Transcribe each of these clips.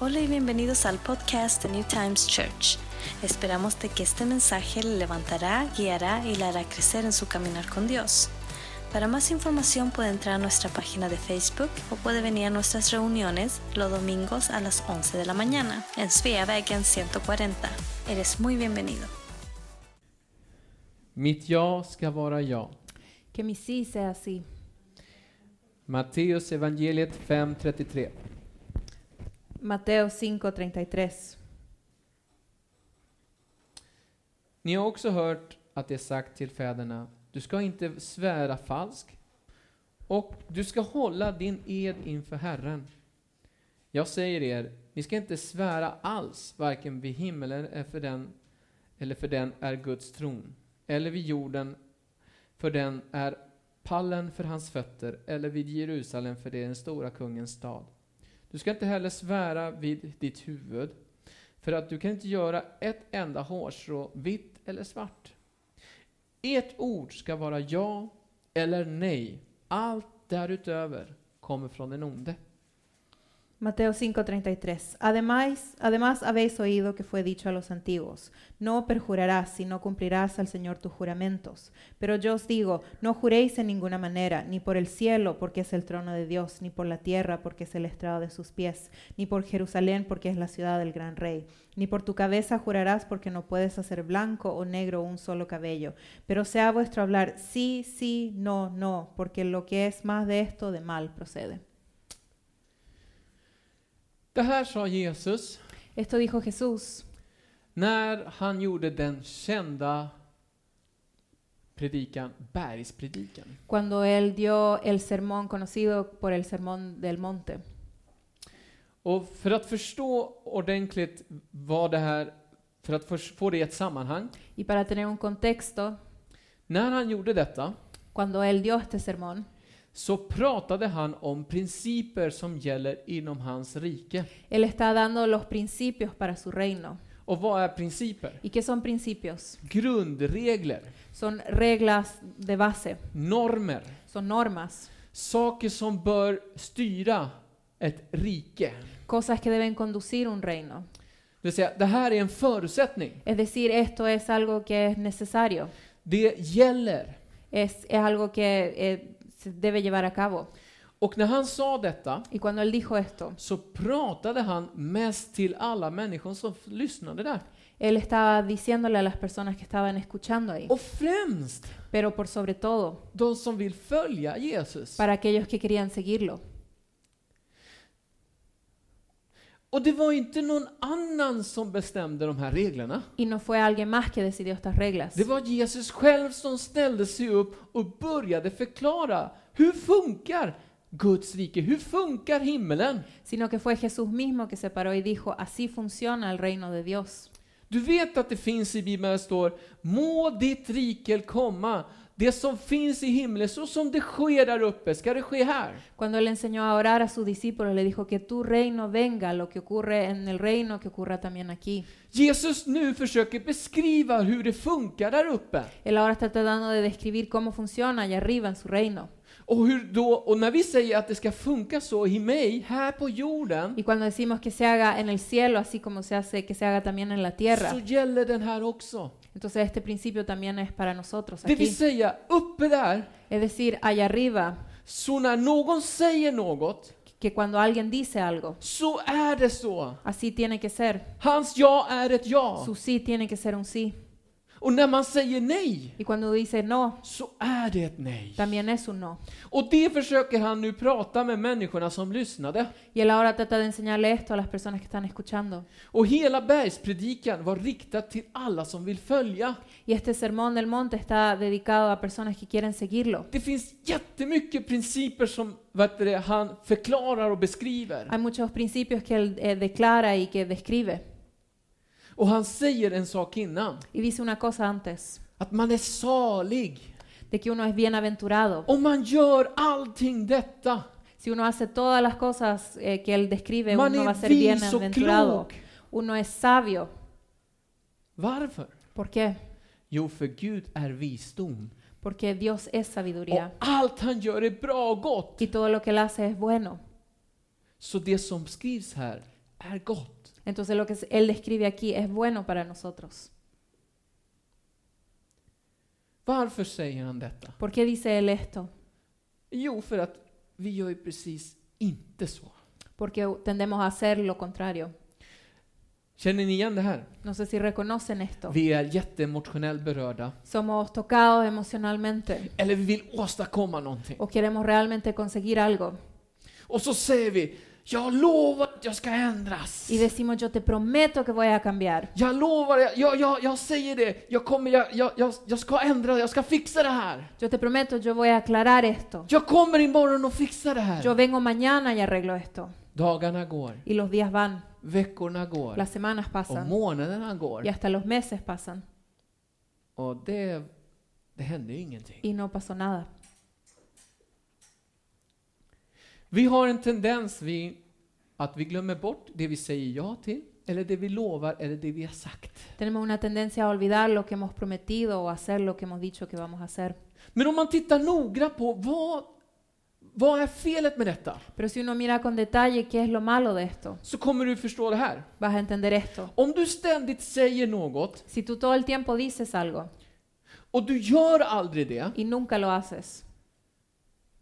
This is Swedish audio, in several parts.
Hola y bienvenidos al podcast de New Times Church. Esperamos de que este mensaje le levantará, guiará y le hará crecer en su caminar con Dios. Para más información puede entrar a nuestra página de Facebook o puede venir a nuestras reuniones los domingos a las 11 de la mañana en Sveavägen 140. Eres muy bienvenido. Mitt ja ska vara ja. Que mi sí sea así. Matteus evangeliet 5.33. Mateo 5:33. Ni har också hört att det är sagt till fäderna, du ska inte svära falsk och du ska hålla din ed inför Herren. Jag säger er, ni ska inte svära alls, varken vid himmelen eller för den, eller för den är Guds tron, eller vid jorden, för den är pallen för hans fötter, eller vid Jerusalem, för det är den stora kungens stad. Du ska inte heller svära vid ditt huvud, för att du kan inte göra ett enda hårstrå vitt eller svart. Ert ord ska vara ja eller nej. Allt därutöver kommer från den onde. Mateo 5:33. Además, además habéis oído que fue dicho a los antiguos, no perjurarás si no cumplirás al Señor tus juramentos. Pero yo os digo, no juréis en ninguna manera, ni por el cielo, porque es el trono de Dios, ni por la tierra, porque es el estrado de sus pies, ni por Jerusalén, porque es la ciudad del gran rey. Ni por tu cabeza jurarás, porque no puedes hacer blanco o negro un solo cabello. Pero sea vuestro hablar sí, sí, no, no, porque lo que es más de esto de mal procede. Det här sa Jesus Esto dijo Jesús när han gjorde den kända predikan, bergspredikan. cuando él dio el sermón conocido por el sermón del monte. Och för att förstå ordentligt vad det här, för att förs- få det i ett sammanhang. Y para tener un contexto, När han gjorde detta cuando él dio este sermón, så pratade han om principer som gäller inom hans rike. él está dando los principios para su reino. Och vad är principer? ¿Y qué son principios? Grundregler, Son reglas de base, normer, son normas, saker som bör styra ett rike. cosas que deben conducir un reino. Det vill säga, det här är en förutsättning. Es decir, esto es algo que es necesario, Det gäller. es, es algo que eh, se debe llevar a cabo. Och när han sa detta Y cuando él dijo esto, så pratade han mest till alla människor som f- lyssnade där. él estaba diciéndole a las personas que estaban escuchando ahí, Och främst pero por sobre todo de som vill följa Jesus. para aquellos que querían seguirlo. Och det var inte någon annan som bestämde de här reglerna. Y no fue alguien más que decidió estas reglas. Det var Jesus själv som ställde sig upp och började förklara hur funkar Guds rike? Hur funkar himmelen? sino que fue Jesús mismo que se paró y dijo, así funciona el reino de Dios. Du vet att det finns i Bibeln där det står Må ditt rike komma. Det som finns i himlen, så som det sker där uppe, ska det ske här. Cuando él enseñó a orar a sus discípulos, le dijo que tu reino venga, lo que ocurre en el reino, que ocurra también aquí. Jesus nu försöker beskriva hur det funkar där uppe. Él ahora está tratando de describir cómo funciona allá arriba en su reino. Och, hur då, och när vi säger att det ska funka så i mig, här på jorden, Y cuando decimos que se haga en el cielo, así como se hace que se haga también en la tierra, så gäller den här också. entonces este principio también es para nosotros Det vill aquí. säga, uppe där, Es decir, allá arriba, Så när någon säger något, que cuando alguien dice algo, så är det så. así tiene que ser. Hans ja är ett ja. Su sí tiene que ser un sí. Och när man säger nej, Y cuando dice no, så är det ett nej. también es un no. Och det försöker han nu prata med människorna som lyssnade. Y él ahora trata de enseñarle esto a las personas que están escuchando. Och hela bergspredikan var riktad till alla som vill följa. Y este sermón del monte está dedicado a personas que quieren seguirlo. Det finns jättemycket principer som vad heter det, han förklarar och beskriver. Hay muchos principios que él eh, declara y que describe. Och han säger en sak innan, Y dice una cosa antes, att man är salig de que uno es bienaventurado. om man gör allting detta. Si uno hace todas las cosas eh, que él describe, Man uno va a es ser viso, bienaventurado. klok. Uno es sabio. Varför? ¿Por qué? Jo, för Gud är visdom. Porque Dios es Och sabiduría. allt han gör är bra och gott. Y todo lo que él hace es bueno. Så det som skrivs här är gott. Entonces lo que él describe aquí es bueno para nosotros. Varför säger han detta? ¿Por qué dice él esto? Jo, för att vi gör ju precis inte så. Porque tendemos a hacer lo contrario. Känner ni igen det här? No sé si reconocen esto. Vi är jätteemotionellt berörda. Somos tocados emocionalmente Eller vi vill åstadkomma någonting. o queremos realmente conseguir algo. Och så säger vi, jag lovar att jag ska ändras. Y decimos, yo te prometo que voy a cambiar. Jag lovar, jag, jag, jag, jag säger det, jag kommer, jag, jag, jag, jag ska ändra, jag ska fixa det här. Yo te prometo, yo voy a aclarar esto. Jag kommer imorgon och fixar det Yo här. vengo mañana y arreglo esto. Dagarna går, Y los días van, veckorna går, las semanas och pasan månaderna y går. hasta los meses pasan. Och det, det händer ju ingenting. Y no pasó nada. Vi har en tendens vi, att vi glömmer bort det vi säger ja till, eller det vi lovar, eller det vi har sagt. Tenemos una tendencia a olvidar lo que hemos prometido o hacer lo que hemos dicho que vamos a hacer. Men om man tittar noga på vad, vad är felet med detta? Pero si uno mira con detalle qué es lo malo de esto, Så kommer du förstå det här. vas a entender esto. Om du ständigt säger något Si tú todo el tiempo dices algo och du gör aldrig det, y nunca lo haces,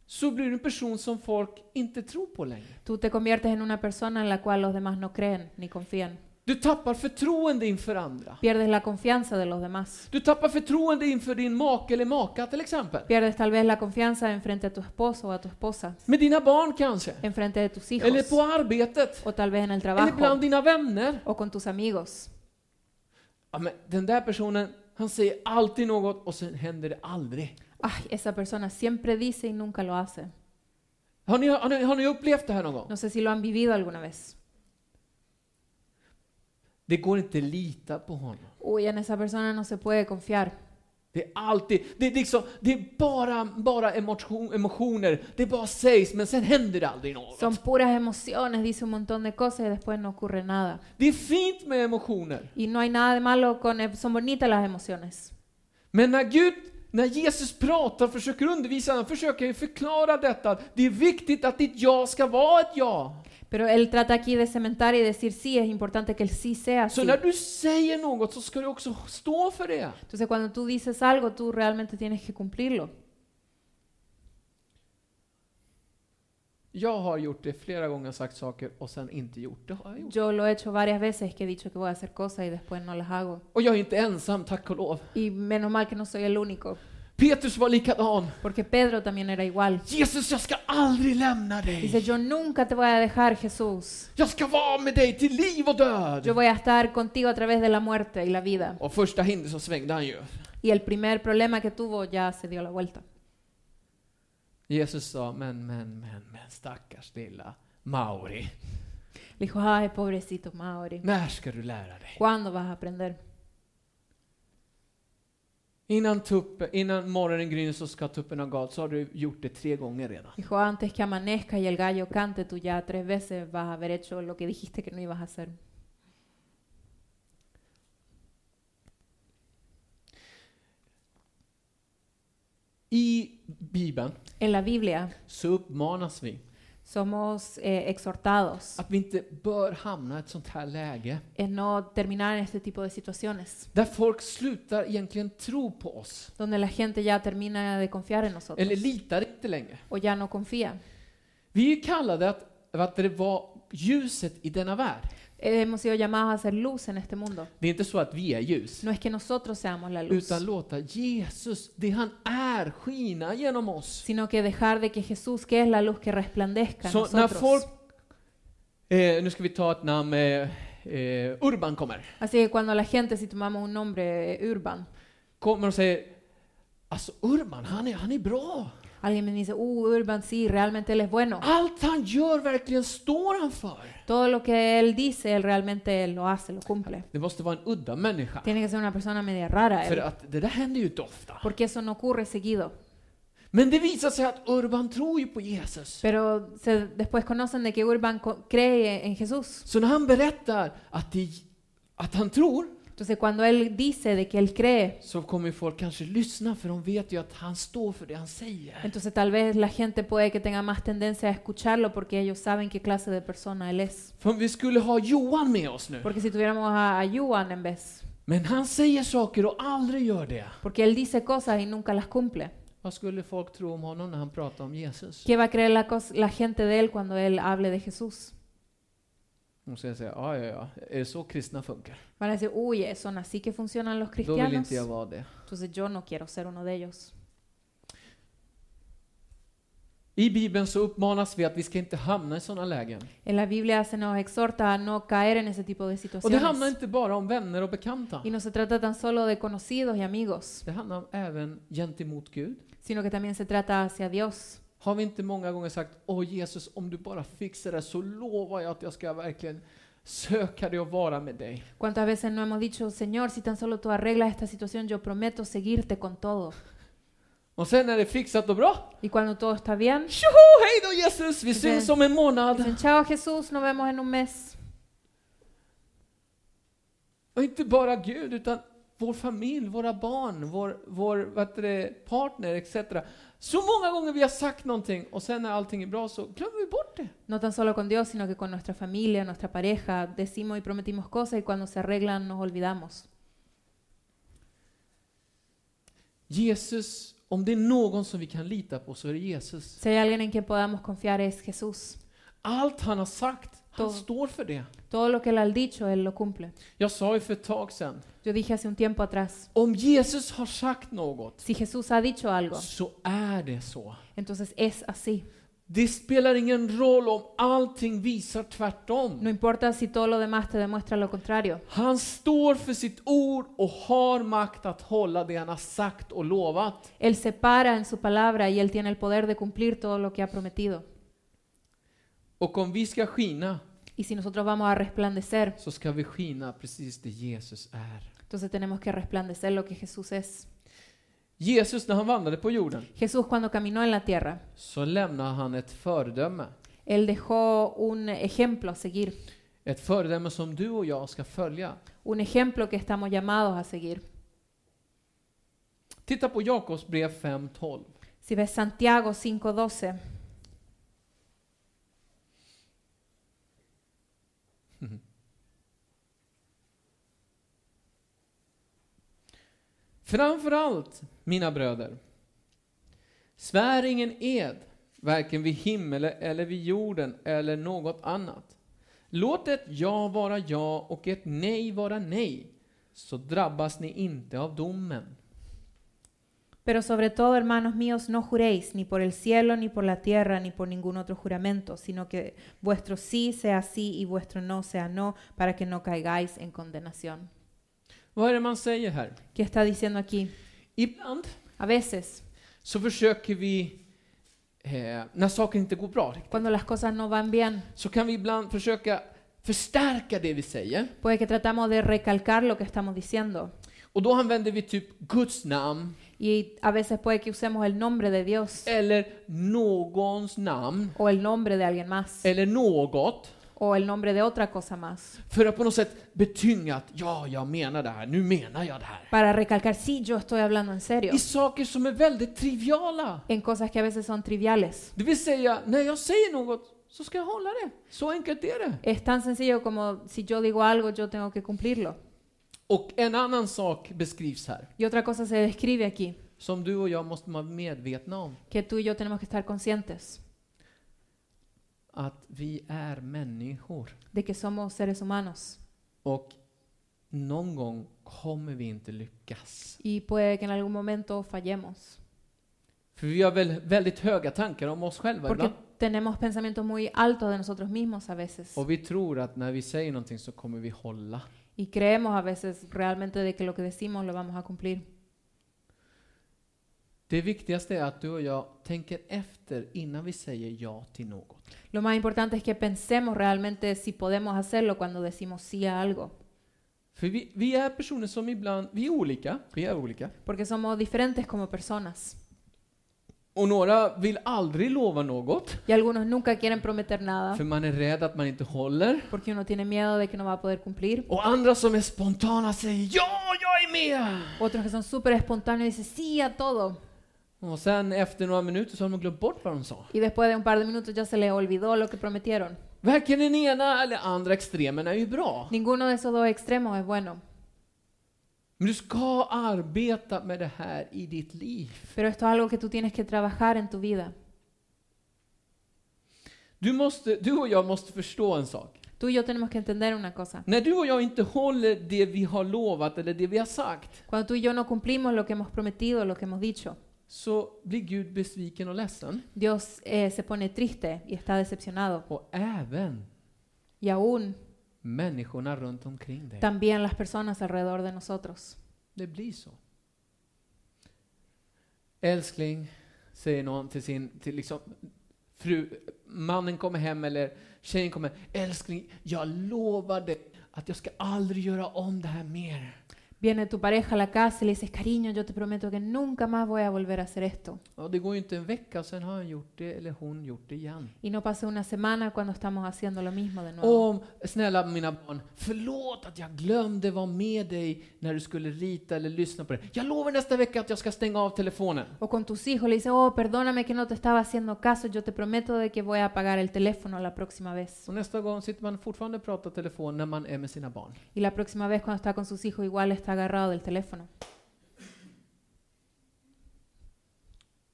så blir du en person som folk inte tror på längre. tú te conviertes en una persona en la cual los demás no creen ni confían. Du tappar förtroende inför andra. Pierdes la confianza de los demás. Du tappar förtroende inför din make eller maka till exempel. Pierdes tal vez la confianza enfrente a tu esposo o a tu esposa, Med dina barn kanske. enfrente de tus hijos, Eller på arbetet. o tal vez en el Eller bland trabajo, dina vänner. o con tus amigos. Ja, men den där personen, han säger alltid något och sen händer det aldrig. Ay, esa persona siempre dice y nunca lo hace. Har ni, har ni, har ni upplevt det här någon gång? No sé si lo han vivido alguna vez. Det går inte att lita på honom. Uy, en esa persona no se puede confiar. Det är alltid, det är liksom, det är bara, bara emotion, emotioner, det bara sägs men sen händer det aldrig något. Son puras emociones, dice un montón de cosas y después no ocurre nada. Det är fint med emotioner. Y no hay nada de malo con... em- Son bonitas las emociones. Men när Gud, när Jesus pratar och försöker undervisa, han försöker ju förklara detta. att Det är viktigt att ditt ja ska vara ett ja. Pero él trata aquí de cementar y decir sí, es importante que el sí sea Så así. när du säger något så ska du också stå för det. Entonces cuando tú dices algo, tú realmente tienes que cumplirlo. Jag har gjort det flera gånger, sagt saker och sen inte gjort det. Har jag gjort. Yo lo he hecho varias veces que he dicho que voy a hacer cosas y después no las hago. Och jag är inte ensam, tack och lov. Y menos mal que no soy el único, Petrus var likadan. porque Pedro también era igual. Jesus, jag ska aldrig lämna Dice, dig. yo nunca te voy a dejar, Jesús. Jag ska vara med dig till liv och Yo död. voy a estar contigo a través de la muerte y la vida. Och första hindret så svängde han ju. Y el primer problema que tuvo ya se dio la vuelta. Jesus sa, men, men, men, men stackars lilla Mauri. Le dijo, ay, pobrecito Maori, När ska du lära dig? ¿cuándo vas a aprender? Innan, tuppen, innan morgonen gryr så ska tuppen ha gal, så har du gjort det tre gånger redan. Dijo, antes que amanezca y el gallo cante, tú ya tres veces vas a haber hecho lo que dijiste que no ibas a hacer. I Bibeln En la Biblia så uppmanas vi somos eh, exhortados att vi inte bör hamna i ett sånt här läge en no terminar en este tipo de situaciones, där folk slutar egentligen tro på oss, donde la gente ya termina de confiar en nosotros eller litar inte längre. o ya no confía. Vi är ju kallade att, att det var ljuset i denna värld. Eh, hemos sido llamados a hacer luz en este mundo. Det är inte så att vi är ljus, No es que nosotros seamos la luz, utan låta Jesus, det han är, skina genom oss. sino que dejar de que Jesús, que es la luz que resplandezca en Så när nosotros. folk... Eh, nu ska vi ta ett namn, eh, eh, Urban kommer. Así que cuando la gente, si tomamos un nombre, eh, Urban, kommer och säger Alltså Urban, han är, han är bra. alguien me dice, uh, Urban, sí, realmente él es bueno. Allt han gör verkligen står han för. Todo lo que él dice, él realmente lo hace, lo cumple. Det måste vara en udda människa. Tiene que ser una persona media rara, För él, att det där händer ju inte ofta. porque eso no ocurre seguido. Men det visar sig att Urban tror ju på Jesus. Pero se, después conocen de que Urban co- cree en Jesús. Så när han berättar att, det, att han tror, Entonces cuando él dice de que él cree, så kommer ju folk kanske lyssna för de vet ju att han står för det han säger. entonces tal vez la gente puede que tenga más tendencia a escucharlo porque ellos saben qué clase de persona él es. För om vi skulle ha Johan med oss nu. Porque si tuviéramos a, a Johan en vez, Men han säger saker och aldrig gör det. porque él dice cosas y nunca las cumple. Vad skulle folk tro om honom när han pratar om Jesus? ¿Qué va a creer la, cos- la gente de él cuando él hable de Jesús? De skulle säga, ja, ja, ja, är det så kristna funkar? Van a decir, uy, eh, son así que funcionan los Då vill cristianos. inte jag vara det. Entonces yo no quiero ser uno de ellos. I Bibeln så uppmanas vi att vi ska inte hamna i sådana lägen. En la Biblia se nos exhorta a no caer en ese tipo de Och det handlar situaciones. inte bara om vänner och bekanta. Y no se trata tan solo de conocidos y amigos, Det handlar om även gentemot Gud. sino que también se trata hacia Dios. Har vi inte många gånger sagt Åh Jesus, om du bara fixar det så lovar jag att jag ska verkligen söka dig och vara med dig. ¿Cuántas veces no hemos dicho, Señor, si tan solo tú arreglas esta situación, yo prometo seguirte con todo? Och sen när det är fixat och bra, Y cuando todo está bien, tjoho, hej då Jesus, vi Amen. syns om en månad. dicen, chao Jesús, nos vemos en un mes. Och inte bara Gud, utan vår familj, våra barn, vår, vår vad heter det, partner etc. Så många gånger vi har sagt någonting och sen när allting är bra så glömmer vi bort det. No tan solo con Dios, sino que con nuestra familia, nuestra pareja, decimos y prometimos cosas y cuando se arreglan nos olvidamos. Jesus, om det är någon som vi kan lita på så är det Jesus. Si hay alguien en quien podamos confiar es Jesús. Allt han har sagt, han Då- står för det. Todo lo que Él ha dicho, Él lo cumple. Jag sa ju för ett tag sedan, Yo dije hace un tiempo atrás, om Jesus har sagt något si Jesús ha dicho algo, så är det så. entonces es así. Det spelar ingen roll om allting visar tvärtom. No importa si todo lo demás te demuestra lo contrario. Han står för sitt ord och har makt att hålla det han har sagt och lovat. Él se para en su palabra y Él tiene el poder de cumplir todo lo que ha prometido. Och om vi ska skina, Y si nosotros vamos a resplandecer, så ska vi skina precis det Jesus är. entonces tenemos que resplandecer lo que Jesús es. Jesus, när han vandrade på jorden, Jesús cuando caminó en la tierra, så lämnade han ett föredöme. Él dejó un ejemplo a seguir, Ett föredöme som du och jag ska följa. un ejemplo que estamos llamados a seguir. Titta på Jakobs brev 5.12. Si ves Santiago 5:12, Framförallt, mina bröder, svär ingen ed, varken vid himmelen eller vid jorden eller något annat. Låt ett ja vara ja och ett nej vara nej, så drabbas ni inte av domen. Pero sobre todo, hermanos míos, no juréis ni por el cielo, ni por la tierra, ni por ningún otro juramento, sino que vuestro sí sea sí y vuestro no sea no, para que no caigáis en condenación. Vad är det man säger här? ¿qué está diciendo aquí? Ibland A veces, så försöker vi, eh, när saker inte går bra, cuando las cosas no van bien, så kan vi ibland försöka förstärka det vi säger. puede que tratamos de recalcar lo que estamos diciendo. Och då använder vi typ Guds namn, Y a veces puede que usemos el nombre de Dios eller någons namn, o el nombre de alguien más eller något. o el nombre de otra cosa más För att på något sätt betynga att ja, jag menar det här, nu menar jag det här. para recalcar, sí, yo estoy hablando en serio, I saker som är väldigt triviala. en cosas que a veces son triviales. Det vill säga, när jag säger något så ska jag hålla det. Så enkelt är det. Es tan sencillo como si yo digo algo, yo tengo que cumplirlo. Och en annan sak beskrivs här, Y otra cosa se describe aquí, som du och jag måste vara medvetna om. que tú y yo tenemos que estar conscientes Att vi är människor. de que somos seres humanos Och någon gång kommer vi inte lyckas. y puede que en algún momento fallemos. För vi har väl väldigt höga tankar om oss själva Porque ibland. tenemos pensamientos muy altos de nosotros mismos a veces Och vi tror att när vi säger någonting så kommer vi hålla. y creemos a veces realmente de que lo que decimos lo vamos a cumplir. Det viktigaste är att du och jag tänker efter innan vi säger ja till något. Lo más importante es que pensemos realmente si podemos hacerlo cuando decimos sí a algo. För vi, vi är personer som ibland, vi är olika, vi är olika. Porque somos diferentes como personas. Och några vill aldrig lova något, Y algunos nunca quieren prometer nada för man är rädd att man inte håller. porque uno tiene miedo de que no va a poder cumplir. Och andra som är spontana säger ja, jag är med! Otros que son súper espontáneos y dicen sí a todo. Och sen efter några minuter så har de glömt bort vad de sa. Y después de un par de minutos ya se les olvidó lo que prometieron. Varken den ena eller andra extremen är ju bra. Ninguno de esos dos extremos es bueno. Men du ska arbeta med det här i ditt liv. Pero esto es algo que tú tienes que trabajar en tu vida. Du, måste, du och jag måste förstå en sak. Tú y yo tenemos que entender una cosa. När du och jag inte håller det vi har lovat eller det vi har sagt, Cuando tú y yo no cumplimos lo que hemos prometido, lo que hemos dicho, så blir Gud besviken och ledsen. Dios eh, se pone triste y está decepcionado. Och även Y aún människorna runt omkring dig. también las personas alrededor de nosotros. Det blir så. Älskling, säger någon till sin till liksom, fru. Mannen kommer hem eller tjejen kommer Älskling, jag lovar dig att jag ska aldrig göra om det här mer. Viene tu pareja a la casa y le dices, cariño, yo te prometo que nunca más voy a volver a hacer esto. Och det går ju inte en vecka, sen har han gjort det eller hon gjort det igen. Y no pasa una semana cuando estamos haciendo lo mismo de nuevo. Åh, snälla mina barn, förlåt att jag glömde vara med dig när du skulle rita eller lyssna på det. Jag lovar nästa vecka att jag ska stänga av telefonen. O con tus hijos le dices, oh, perdóname que no te estaba haciendo caso, yo te prometo de que voy a apagar el teléfono la próxima vez. Och nästa gång sitter man fortfarande och pratar telefon när man är med sina barn. Y la próxima vez cuando está con sus hijos igual está agarrado del teléfono.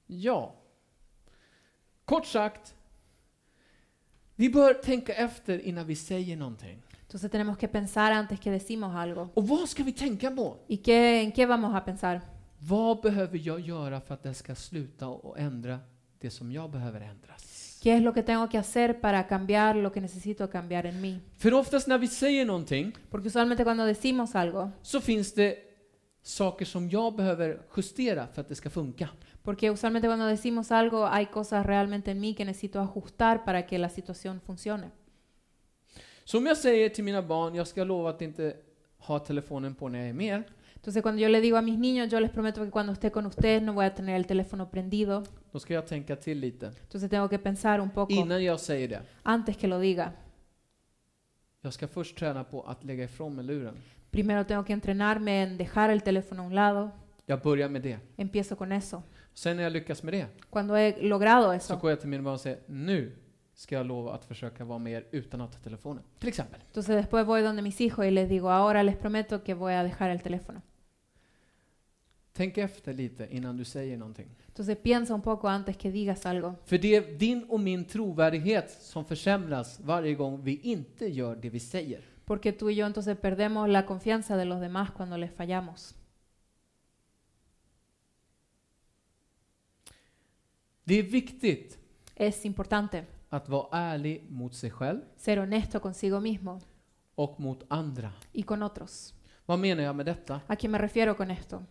Ja. Kort sagt, vi bör tänka efter innan vi säger någonting. Entonces tenemos que pensar antes que decimos algo. Och vad ska vi tänka på? ¿Y qué, en qué vamos a pensar? Vad behöver jag göra för att det ska sluta och ändra det som jag behöver ändras? ¿Qué es lo que tengo que hacer para cambiar lo que necesito cambiar en mí? För oftast när vi säger någonting Porque usualmente cuando decimos algo, så finns det saker som jag behöver justera för att det ska funka. porque usualmente cuando decimos algo hay cosas realmente en mí que necesito ajustar para que la situación funcione. Så om jag säger till mina barn, jag ska lova att inte ha telefonen på när jag är med er", Entonces cuando yo le digo a mis niños, yo les prometo que cuando esté con ustedes no voy a tener el teléfono prendido, då ska jag tänka till lite entonces tengo que pensar un poco innan jag säger det. antes que lo diga. Jag ska först träna på att lägga ifrån mig luren. Primero tengo que entrenarme en dejar el teléfono a un lado, Jag börjar med det. empiezo con eso. Sen när jag lyckas med det Cuando he logrado så eso, går jag till min barn och säger nu ska jag lova att försöka vara med er utan att ta telefonen. Till exempel. entonces después voy donde mis hijos y les digo, ahora les prometo que voy a dejar el teléfono. Tänk efter lite innan du säger någonting. Entonces piensa un poco antes que digas algo, För det är din och min trovärdighet som försämras varje gång vi inte gör det vi säger. porque tú y yo entonces perdemos la confianza de los demás cuando les fallamos. Det är viktigt Es importante att vara ärlig mot sig själv ser honesto consigo mismo och mot andra. y con otros. Vad menar jag med detta? ¿A qué me refiero con esto?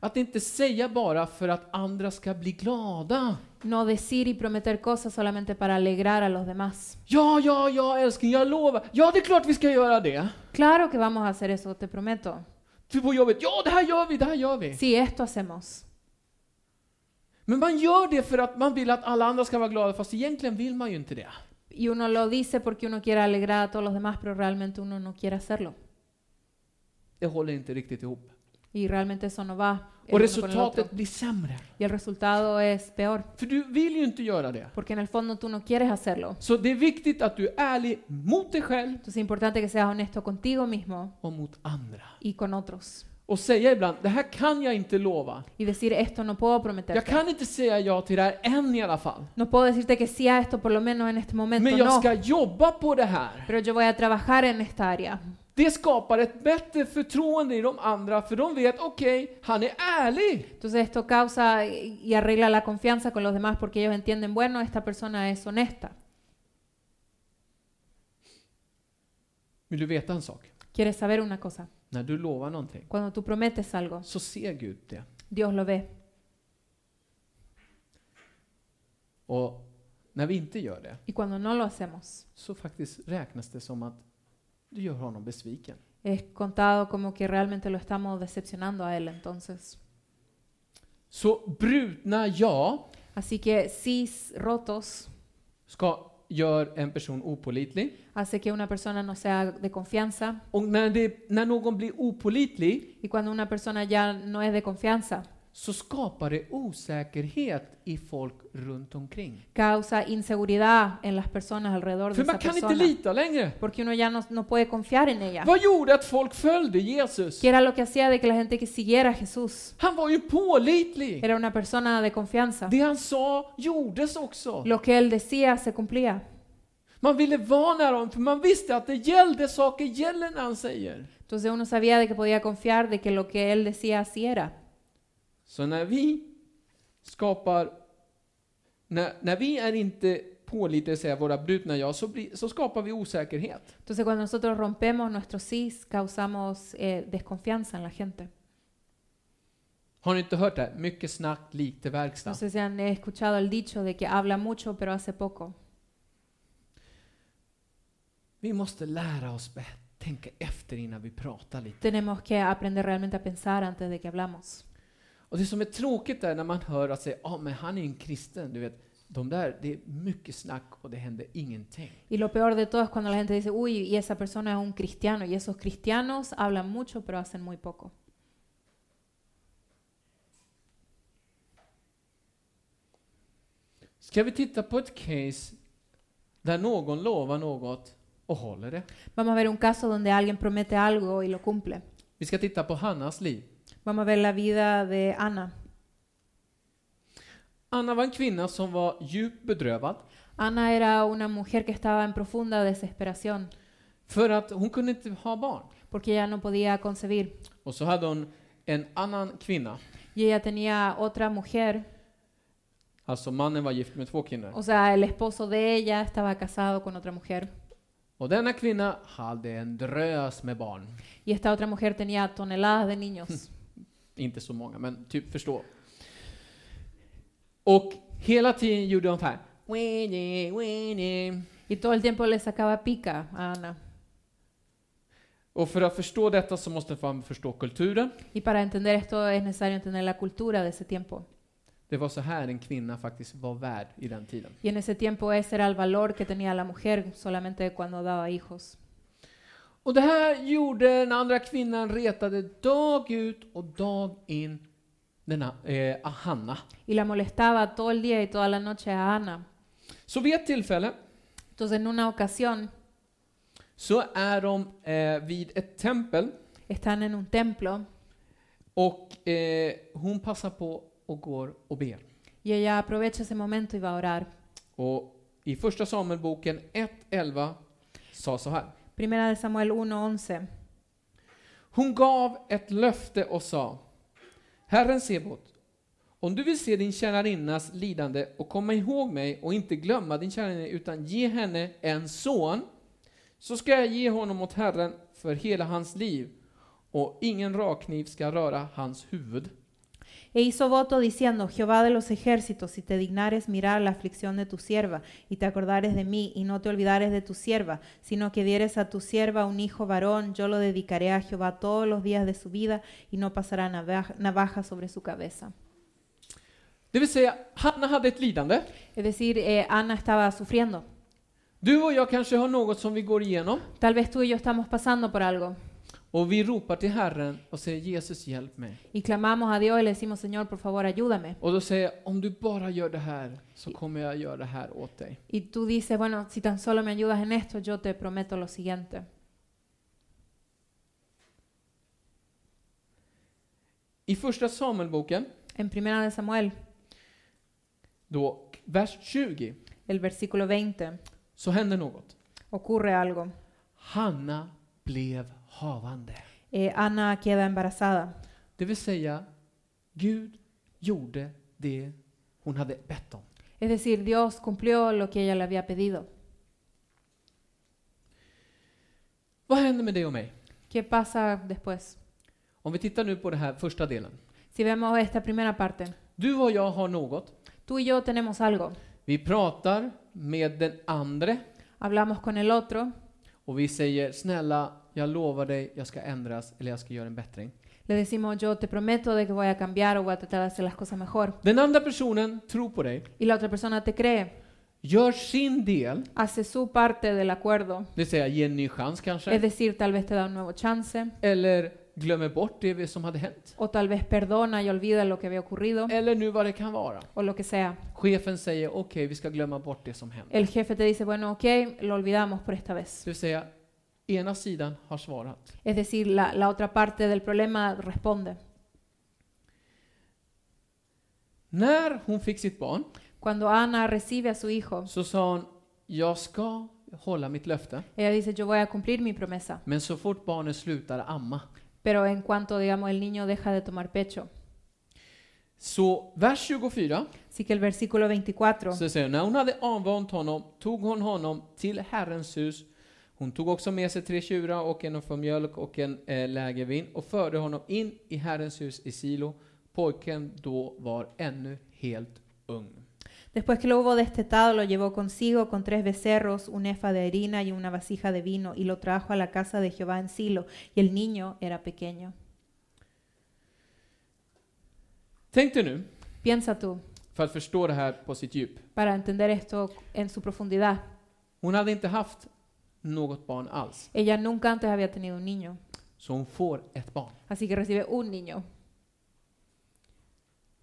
Att inte säga bara för att andra ska bli glada. No decir y prometer cosas solamente para alegrar a los demás. Ja, ja, ja älskling, jag lovar. Ja, det är klart vi ska göra det. Claro que vamos a hacer eso, te prometo. Du på jobbet, ja det här gör vi, det här gör vi. Sí, esto hacemos. Men man gör det för att man vill att alla andra ska vara glada, fast egentligen vill man ju inte det. Y uno lo dice porque uno quiere alegrar a todos los demás, pero realmente uno no quiere hacerlo. Det håller inte riktigt ihop. Y realmente eso no va. el Och uno con el otro. resultatet blir sämre. Y el resultado es peor, För du vill ju inte göra det. porque en el fondo tú no quieres hacerlo. Så det är viktigt att du är ärlig mot dig själv Entonces es importante que seas honesto contigo mismo och mot andra. y con otros. Och säga ibland, det här kan jag inte lova. Y decir, esto no puedo Jag prometerte. kan inte säga ja till det här än i alla fall. No puedo decirte que sí a esto, por lo menos en este momento. Men jag No, ska jobba på det här. pero yo voy a trabajar en esta área. Det skapar ett bättre förtroende i de andra, för de vet, okej, han är ärlig. Entonces esto causa y arregla la confianza con los demás porque ellos entienden, bueno, esta persona es honesta. Vill du veta en sak? ¿Quieres saber una cosa? När du lovar någonting Cuando tú prometes algo, så ser Gud det. Dios lo ve. Och när vi inte gör det Y cuando no lo hacemos, så faktiskt räknas det som att du gör honom besviken. es contado como que realmente lo estamos decepcionando a Él entonces. Så brutna ja Así que sís rotos ska, gör en person opålitlig. hace que una persona no sea de confianza Och när, det, när någon blir opålitlig y cuando una persona ya no es de confianza så skapar det osäkerhet i folk runt omkring. causa inseguridad en las personas alrededor de För esa man kan inte persona lita längre. porque uno ya no, no puede confiar en ella. Vad gjorde att folk följde Jesus? Que era lo que hacía de que la gente que siguiera a Jesús Han var ju pålitlig. era una persona de confianza. Det han sa gjordes också. Lo que él decía se cumplía. Man ville vara nära honom, för man visste att det gällde, saker gäller när han säger. Entonces uno sabía de que podía confiar de que lo que él decía así era. Så när vi skapar, när, när vi är inte pålitliga, säger våra brutna jag, så, blir, så skapar vi osäkerhet. Entonces cuando nosotros rompemos nuestros sís, causamos eh, desconfianza en la gente. Har ni inte hört det? här? Mycket snack, lite verkstad. No sé si han escuchado el dicho de que habla mucho pero hace poco. Vi måste lära oss bättre, tänka efter innan vi pratar lite. Tenemos que aprender realmente a pensar antes de que hablamos. Och det som är tråkigt är när man hör att säga, ja men han är ju en kristen, du vet. De där, det är mycket snack och det händer ingenting. Y lo peor de todo es cuando la gente dice, uy, y esa persona es un cristiano, y esos cristianos hablan mucho pero hacen muy poco. Ska vi titta på ett case där någon lovar något och håller det? Vamos a ver un caso donde alguien promete algo y lo cumple. Vi ska titta på Hannas liv. Vamos a ver la vida de Ana. Anna var en kvinna som var djupt bedrövad Ana era una mujer que estaba en profunda desesperación för att hon kunde inte ha barn. porque ella no podía concebir. Och så hade hon en annan kvinna, Y ella tenía otra mujer, alltså mannen var gift med två kvinnor. o sea, el esposo de ella estaba casado con otra mujer. Och denna kvinna hade en drös med barn. Y esta otra mujer tenía toneladas de niños. Inte så många, men typ förstå. Och hela tiden gjorde hon så här. "Weenie, weenie." Y todo el tiempo le sacaba pica a Ana. Och för att förstå detta så måste man förstå kulturen. Y para entender esto es necesario entender la cultura de ese tiempo. Det var så här en kvinna faktiskt var värd i den tiden. Y en ese tiempo ese era el valor que tenía la mujer solamente cuando daba hijos. Och det här gjorde den andra kvinnan retade dag ut och dag in denna eh, Hanna. Y la molestaba todo el día y toda la noche a Ana. Så vid ett tillfälle Entonces en una ocasión så är de eh, vid ett tempel están en un templo och eh, hon passar på och går och ber. y ella aprovecha ese momento y va a orar. Och i första Samuelboken 1.11 sa så här. Primera de Samuel 1:11. Hon gav ett löfte och sa Herren Sebot, om du vill se din tjänarinnas lidande och komma ihåg mig och inte glömma din tjänarinna utan ge henne en son så ska jag ge honom åt Herren för hela hans liv och ingen rakkniv ska röra hans huvud. E hizo voto diciendo, Jehová de los ejércitos, si te dignares mirar la aflicción de tu sierva, y te acordares de mí, y no te olvidares de tu sierva, sino que dieres a tu sierva un hijo varón, yo lo dedicaré a Jehová todos los días de su vida, y no pasará navaja, navaja sobre su cabeza. Det vill säga, Hanna hade ett lidande. Es decir, eh, Ana estaba sufriendo. Du och jag kanske har något som vi går igenom Tal vez tú y yo estamos pasando por algo, och vi ropar till Herren och säger Jesus hjälp mig. y clamamos a Dios y le decimos, Señor, por favor, ayúdame. Och då säger jag, om du bara gör det här så kommer jag göra det här åt dig. Y tú dices, bueno, si tan solo me ayudas en esto, yo te prometo lo siguiente. I första Samuelboken, En primera de Samuel, då vers 20, el versículo 20, så händer något. ocurre algo. Hanna blev havande. Eh, Ana queda embarazada. Det vill säga, Gud gjorde det hon hade bett om. Es decir, Dios cumplió lo que ella le había pedido. Vad händer med dig och mig? ¿Qué pasa después? Om vi tittar nu på den här första delen. Si vemos esta primera parte, Du och jag har något. tú y yo tenemos algo. Vi pratar med den andre Hablamos con el otro, och vi säger snälla, jag lovar dig, jag ska ändras eller jag ska göra en bättring. Le decimos, yo te prometo de que voy a cambiar o voy a tratar de hacer las cosas mejor. Den andra personen tror på dig, Y la otra persona te cree, gör sin del, hace su parte del acuerdo. det vill säga ge en ny chans Es kanske, decir, tal vez te da un nuevo chance, eller glömmer bort det som hade hänt, o tal vez perdona y olvida lo que había ocurrido, eller nu vad det kan vara. o lo que sea. Chefen säger okej, vi ska glömma bort det som hände. El jefe te dice, bueno, ok, lo olvidamos por esta vez. Det vill säga, ena sidan har svarat. Es decir, la, la otra parte del problema responde. När hon fick sitt barn Cuando Ana recibe a su hijo, så sa hon, jag ska hålla mitt löfte, ella dice, yo voy a cumplir mi promesa. men så fort barnet slutar amma. Pero en cuanto, digamos, el niño deja de tomar pecho. Så vers 24, Así que el versículo 24. så säger hon, när hon hade avvant honom tog hon honom till Herrens hus. Hon tog också med sig tre tjurar och en för mjölk och en eh, lägervin och förde honom in i Herrens hus i Silo. Pojken då var ännu helt ung. Después que lo hubo destetado, lo llevó consigo con tres becerros, un efa de harina y una vasija de vino, y lo trajo a la casa de Jehová en Silo, y el niño era pequeño. Tänk dig nu, Piensa tú, för att förstå det här på sitt djup. para entender esto en su profundidad, Hon hade inte haft något barn alls, ella nunca antes había tenido un niño, så hon får ett barn. así que recibe un niño.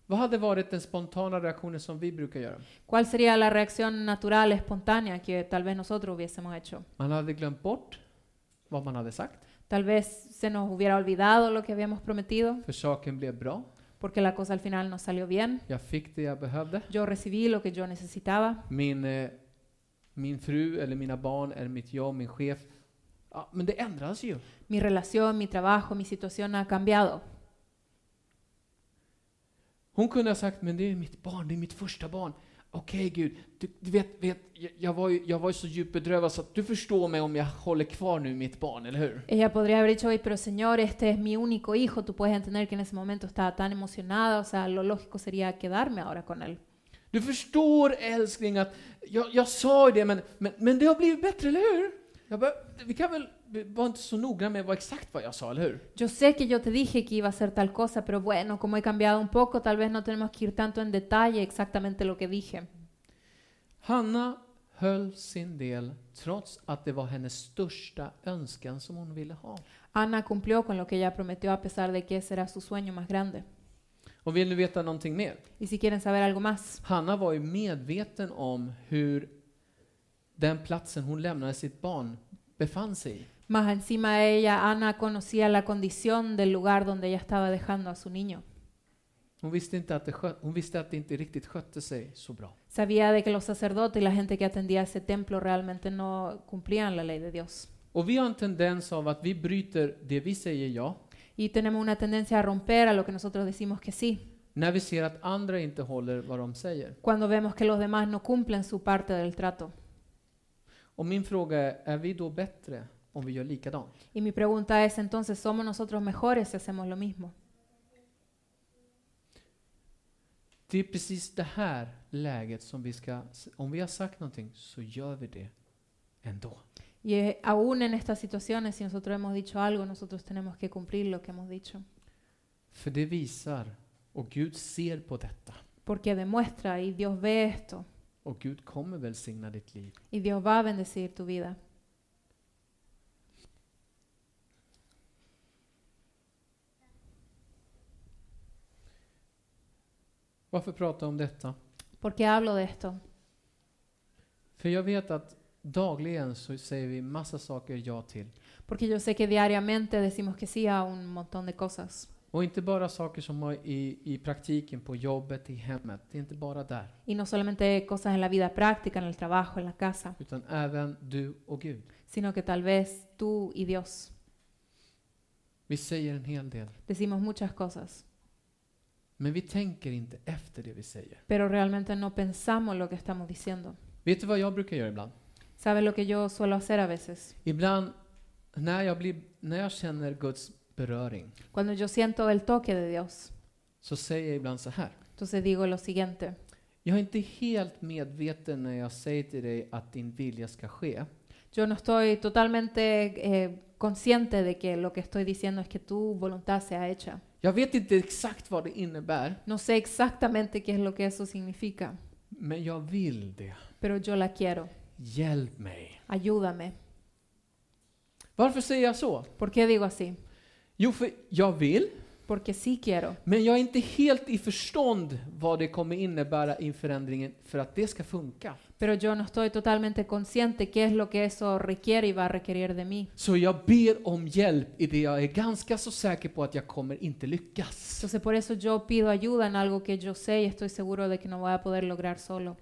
Vad hade varit den spontana reaktionen som vi brukar göra? ¿Cuál sería la reacción natural, espontánea, que tal vez nosotros hubiésemos hecho? Man hade glömt bort vad man hade sagt, Tal vez se nos hubiera olvidado lo que habíamos prometido, för saken blev bra. porque la cosa al final no salió bien. Jag fick det jag behövde. Yo recibí lo que yo necesitaba. Min, eh, min fru, eller mina barn, eller mitt jag, min chef. Ja, men det ändras ju. Mi relación, mi trabajo, mi situación ha cambiado. Hon kunde ha sagt, men det är mitt barn, det är mitt första barn. Okej Gud, du, du vet, vet jag, jag, var ju, jag var ju så djupt bedrövad så att du förstår mig om jag håller kvar nu mitt barn, eller hur? Ella podría haber dicho, "Oye, pero señor, este es mi único hijo, tú puedes entender que en ese momento estaba tan emocionada, o sea, lo lógico sería quedarme ahora con él. Du förstår älskling att jag, jag sa ju det men, men, men det har blivit bättre, eller hur? Jag bara, vi kan väl vi var inte så noga med vad exakt vad jag sa, eller hur? Yo sé que yo te dije que iba a hacer tal cosa, pero bueno, como he cambiado un poco, tal vez no tenemos que ir tanto en detalle exactamente lo que dije. Hanna höll sin del trots att det var hennes största önskan som hon ville ha. Ana cumplió con lo que ella prometió a pesar de que ese era su sueño más grande. Och vill ni veta någonting mer? Y si quieren saber algo más, Hanna var ju medveten om hur den platsen hon lämnade sitt barn befann sig i. más encima de ella, Ana conocía la condición del lugar donde ella estaba dejando a su niño. Hon visste, inte att det skö- hon visste att det inte riktigt skötte sig så bra. Sabía de que los sacerdotes y la gente que atendía ese templo realmente no cumplían la ley de Dios. Och vi har en tendens av att vi bryter det vi säger ja Y tenemos una tendencia a romper a lo que nosotros decimos que sí, När vi ser att andra inte håller vad de säger. cuando vemos que los demás no cumplen su parte del trato. Och min fråga är, är vi då bättre om vi gör likadant? Y mi pregunta es entonces, ¿somos nosotros mejores si hacemos lo mismo? Det är precis det här läget som vi ska, om vi har sagt någonting så gör vi det ändå. Y eh, aún en estas situaciones, si nosotros hemos dicho algo, nosotros tenemos que cumplir lo que hemos dicho, För det visar, och Gud ser på detta. porque demuestra y Dios ve esto, Och Gud kommer välsigna ditt liv. y Dios va a bendecir tu vida. Varför prata om detta? ¿Por qué hablo de esto? För jag vet att dagligen så säger vi massa saker ja till. Porque yo sé que diariamente decimos que sí a un montón de cosas. Och inte bara saker som har i, i praktiken, på jobbet, i hemmet. Det är inte bara där. Y no solamente cosas en la vida práctica, en el trabajo, en la casa, Utan även du och Gud. sino que tal vez tú y Dios Vi säger en hel del, decimos muchas cosas, men vi tänker inte efter det vi säger. pero realmente no pensamos lo que estamos diciendo. Vet du vad jag brukar göra ibland? ¿Sabes lo que yo suelo hacer a veces? Ibland när jag, blir, när jag känner Guds beröring Cuando yo siento el toque de Dios, så säger jag ibland så här. entonces digo lo siguiente. Jag är inte helt medveten när jag säger till dig att din vilja ska ske. Yo no estoy totalmente eh, consciente de que lo que estoy diciendo es que tu voluntad sea hecha. Jag vet inte exakt vad det innebär, No sé exactamente qué es lo que eso significa, men jag vill det. pero yo la quiero. Hjälp mig. Ayúdame. Varför säger jag så? ¿Por qué digo así? Jo, för jag vill, Porque sí quiero, men jag är inte helt i förstånd vad det kommer innebära i förändringen för att det ska funka. pero yo no estoy totalmente consciente qué es lo que eso requiere y va a requerir de mí. Så jag ber om hjälp i det jag är ganska så säker på att jag kommer inte lyckas. Entonces por eso yo pido ayuda en algo que yo sé y estoy seguro de que no voy a poder lograr solo.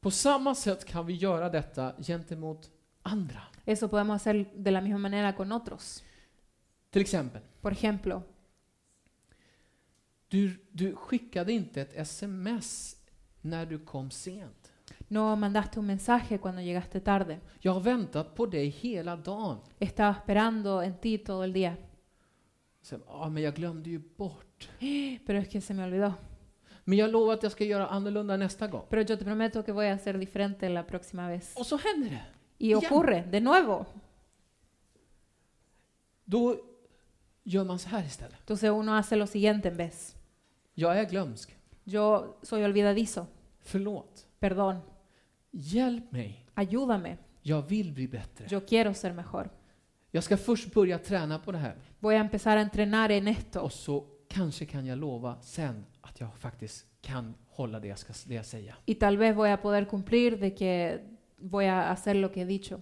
På samma sätt kan vi göra detta gentemot andra. Eso podemos hacer de la misma manera con otros. Till exempel, Por ejemplo, du, du skickade inte ett sms när du kom sent. no mandaste un mensaje cuando llegaste tarde. Jag har väntat på dig hela dagen. Estaba esperando en ti todo el día, Sen, ah, men jag glömde ju bort. pero es que se me olvidó. Men jag lovar att jag ska göra annorlunda nästa gång. Pero yo te prometo que voy a ser diferente la próxima vez. Och så händer det. Y ocurre, de nuevo. Då gör man så här istället. Entonces uno hace lo siguiente en vez. Jag är glömsk. Yo soy olvidadizo, Förlåt. perdón, Hjälp mig. ayúdame, Jag vill bli bättre. yo quiero ser mejor. Jag ska först börja träna på det här. Voy a empezar a entrenar en esto Och så kanske kan jag lova sen att jag faktiskt kan hålla det jag, ska, det jag säger. y tal vez voy a poder cumplir de que voy a hacer lo que he dicho.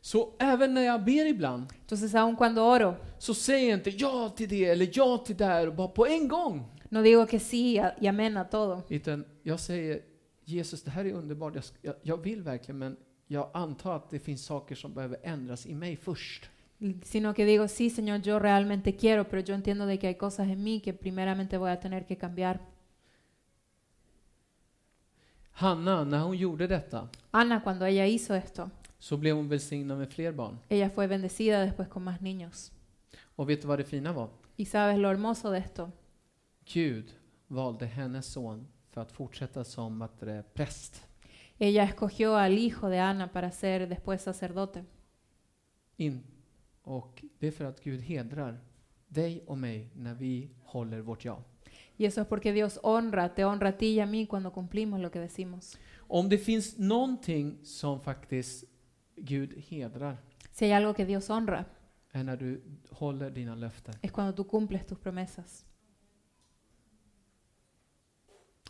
Så även när jag ber ibland Entonces aun cuando oro, så säger jag inte ja till det eller ja till det här bara på en gång. no digo que sí a- y amén a todo, Utan jag säger Jesus, det här är underbart. Jag, sk- jag, jag vill verkligen, men jag antar att det finns saker som behöver ändras i mig först. sino que digo, sí Señor, yo realmente quiero, pero yo entiendo de que hay cosas en mí que primeramente voy a tener que cambiar. Hanna, när hon gjorde detta Ana, cuando ella hizo esto, så blev hon välsignad med fler barn. ella fue bendecida después con más niños. Och vet du vad det fina var? Y sabes lo hermoso de esto, Gud valde hennes son för att fortsätta som att det är präst. ella escogió al hijo de Ana para ser después sacerdote. In. Och det är för att Gud hedrar dig och mig när vi håller vårt ja. Y eso es porque Dios honra, te honra a ti y a mí cuando cumplimos lo que decimos. Om det finns någonting som faktiskt Gud hedrar Si hay algo que Dios honra, är när du håller dina löften. es cuando tú cumples tus promesas.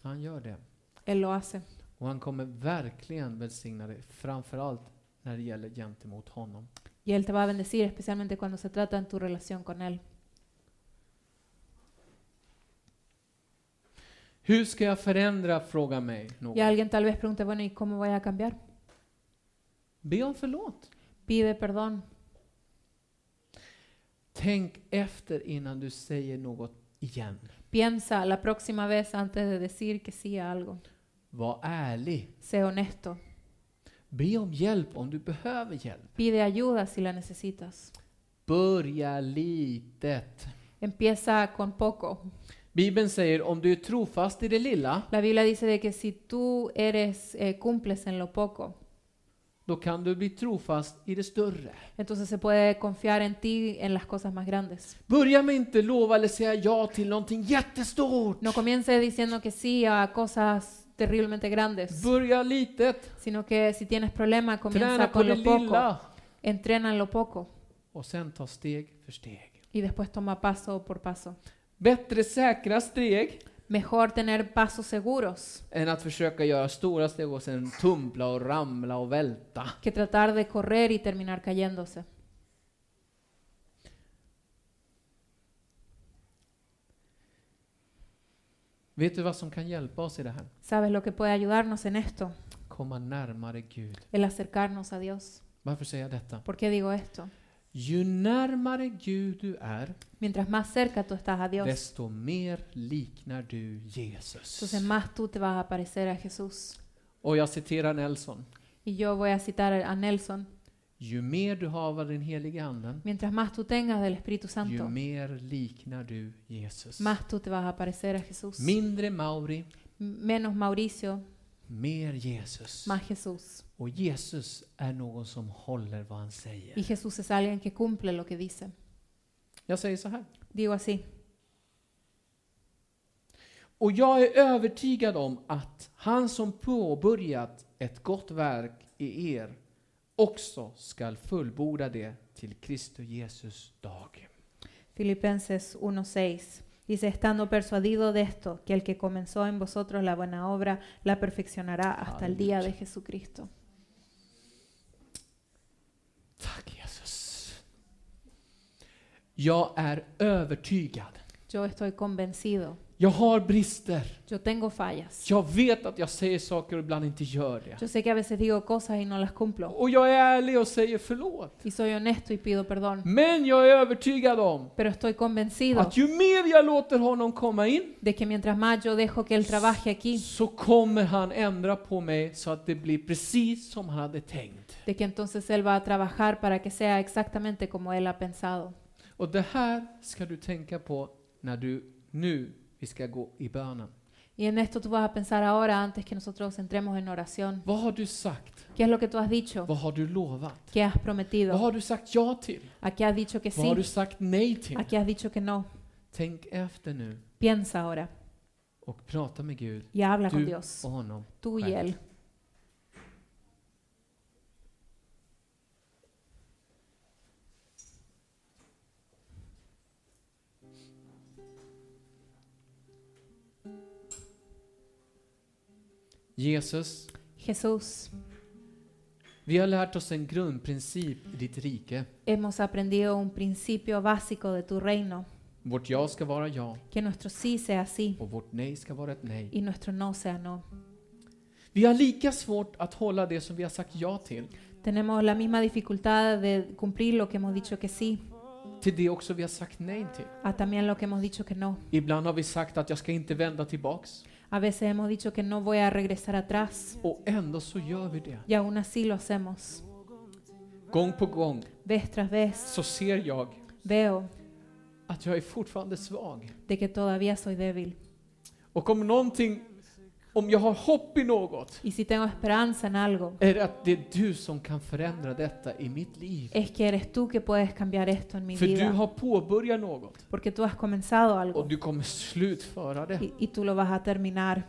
Han gör det. Él lo hace. Och han kommer verkligen välsigna dig, framförallt när det gäller gentemot honom. Y Él te va a bendecir, especialmente cuando se trata en tu relación con Él. Hur ska jag förändra? Fråga mig Y någon. alguien tal vez pregunte, bueno, ¿y cómo voy a cambiar? Be om förlåt. Pide perdón. Tänk efter innan du säger något igen. Piensa la próxima vez antes de decir que sí a algo. Var ärlig. Sé honesto. Be om hjälp om du behöver hjälp. Pide ayuda si la necesitas. Börja litet. Empieza con poco. Bibeln säger om du är trofast i det lilla, La Biblia dice de que si tú eres eh, cumples en lo poco, då kan du bli trofast i det större. entonces se puede confiar en ti en las cosas más grandes. Börja med inte lova eller säga ja till någonting jättestort. No comience diciendo que sí a cosas terriblemente grandes. Börja litet. sino que si tienes problema Träna comienza på con det lo poco, lilla. entrena en lo poco Och sen ta steg för steg. y después toma paso por paso. Bättre säkra steg Mejor tener pasos seguros än att försöka göra stora steg och sen tumpla och ramla och välta. que tratar de correr y terminar cayéndose. Vet du vad som kan hjälpa oss i det här? ¿Sabes lo que puede ayudarnos en esto? Komma närmare Gud. El acercarnos a Dios. Varför säger jag detta? ¿Por qué digo esto? Ju närmare Gud du är, Mientras más cerca tú estás a Dios, desto mer liknar du Jesus. entonces más tú te vas a parecer a Jesús. Och jag citerar Nelson. Y yo voy a citar a Nelson, Ju mer du har av den helige anden, mientras más tú tengas del Espíritu ju Santo, mer liknar du Jesus. más tú te vas a parecer a Jesús. Mindre Mauri, Menos Mauricio, mer Jesus. más Jesús. Och Jesus är någon som håller vad han Y säger. Jesús es alguien que cumple lo que dice. Jag säger så här. Digo así. Och jag är övertygad om att han som påbörjat ett gott verk i er också skall fullborda det till Kristus Jesus dag. Filipenses 1:6 dice, estando persuadido de esto, que el que comenzó en vosotros la buena obra, la perfeccionará hasta el día de Aleluya. Jesucristo. Tack Jesus. Jag är övertygad. Yo estoy convencido. Jag har brister. Yo tengo fallas. Jag vet att jag säger saker och ibland inte gör det. Yo sé que a veces digo cosas y no las cumplo. Och jag är ärlig och säger förlåt. Y soy honesto y pido perdón. Men jag är övertygad om Pero estoy convencido att ju mer jag låter honom komma in de que mientras más yo dejo que Él trabaje aquí, så kommer han ändra på mig så att det blir precis som han hade tänkt. de que entonces Él va a trabajar para que sea exactamente como Él ha pensado. Och det här ska du tänka på när du nu vi ska gå i bönen. Y en esto tú vas a pensar ahora antes que nosotros entremos en oración. Vad har du sagt? ¿Qué es lo que tú has dicho? Vad har du lovat? ¿Qué has Vad prometido? har du sagt ja till? ¿A qué has dicho que Vad har du sí? sagt nej till? ¿A qué has dicho que no? Tänk efter nu Piensa ahora och prata med Gud, y habla con du Dios, och honom. tú y Él. Jesus, Jesús, vi har lärt oss en grundprincip i ditt rike. hemos aprendido un principio básico de tu reino, Vårt ja ska vara ja que nuestro sí sea sí och vårt nej ska vara ett nej. y nuestro no sea no. Vi har lika svårt att hålla det som vi har sagt ja till, Tenemos la misma dificultad de cumplir lo que hemos dicho que sí, till det också vi har sagt nej till. a también lo que hemos dicho que no. Ibland har vi sagt att jag ska inte vända tillbaks A veces hemos dicho que no voy a regresar atrás och ändå så gör vi det. y aún así lo hacemos. Gång på gång Vez tras vez så ser jag veo att jag är fortfarande svag. de que todavía soy débil. Och om någonting, om jag har hopp i något, Y si tengo esperanza en algo, är det att det är du som kan förändra detta i mitt liv. es que eres tú que puedes cambiar esto en mi För du vida. har påbörjat något Porque tú has comenzado och algo du kommer slutföra det. y, y tú lo vas a terminar.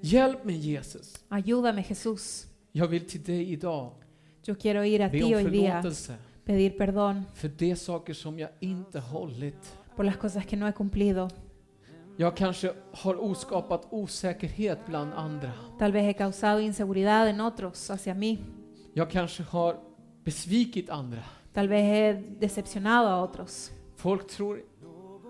Hjälp mig Jesus. Ayúdame Jesús. Jag vill till dig idag Yo quiero ir a be ti om hoy día, förlåtelse pedir perdón för de saker som jag inte hållit. por las cosas que no he cumplido. Jag kanske har oskapat osäkerhet bland andra. Tal vez he causado inseguridad en otros hacia mí. Jag kanske har besvikit andra. Tal vez he decepcionado a otros. Folk tror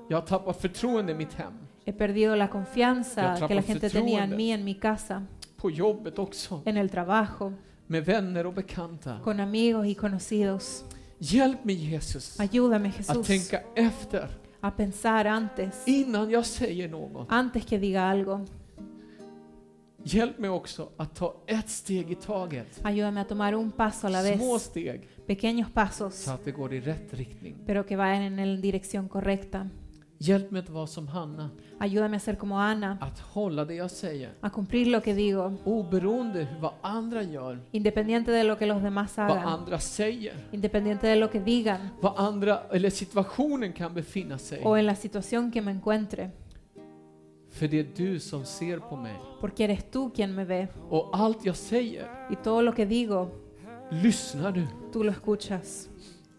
jag har tappat förtroende i mitt hem, He perdido la Jag confianza tappar que la gente tenía en förtroendet. mí, en mi casa, på jobbet också, en el trabajo, med vänner och bekanta. con amigos y conocidos. Hjälp mig Jesus Ayúdame att Jesús tänka efter a pensar antes, innan jag säger något. antes que diga algo. Hjälp mig också att ta ett steg i taget, Ayúdame a tomar un paso a la vez, små steg, pequeños så pasos, att det går i rätt riktning. pero que vayan en la dirección correcta. Hjälp mig att vara som Hanna, Ayúdame a ser como Ana, att hålla det jag säger, a cumplir lo que digo, oberoende hur vad andra gör, independiente de lo que los demás vad hagan, andra säger, independiente de lo que digan vad andra, eller situationen kan befinna sig. o en la situación que me encuentre, För det är du som ser på mig. porque eres tú quien me ve Och allt jag säger y todo lo que digo, lyssnar du. tú lo escuchas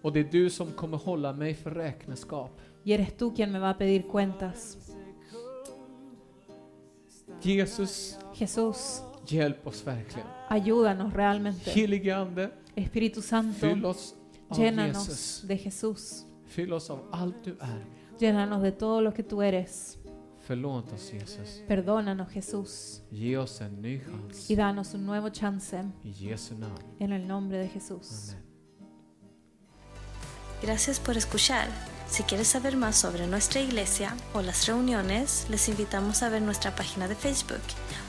Och det är du som kommer hålla mig för räkenskap. y eres tú quien me va a pedir cuentas. Jesus, Jesús, hjälp oss verkligen. ayúdanos realmente. Helige Ande, Espíritu Santo, fyll oss av Jesus. llénanos de Jesús. Fyll oss av allt du är. Llénanos de todo lo que tú eres. Förlåt oss Jesus. Perdónanos, Jesús, Ge oss en ny chans. y I danos un nuevo chance Jesu namn. en el nombre de Jesús. Amen. Gracias por escuchar. Si quieres saber más sobre nuestra iglesia o las reuniones, les invitamos a ver nuestra página de Facebook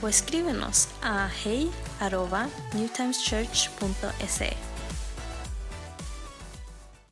o escríbenos a hey@newtimeschurch.se.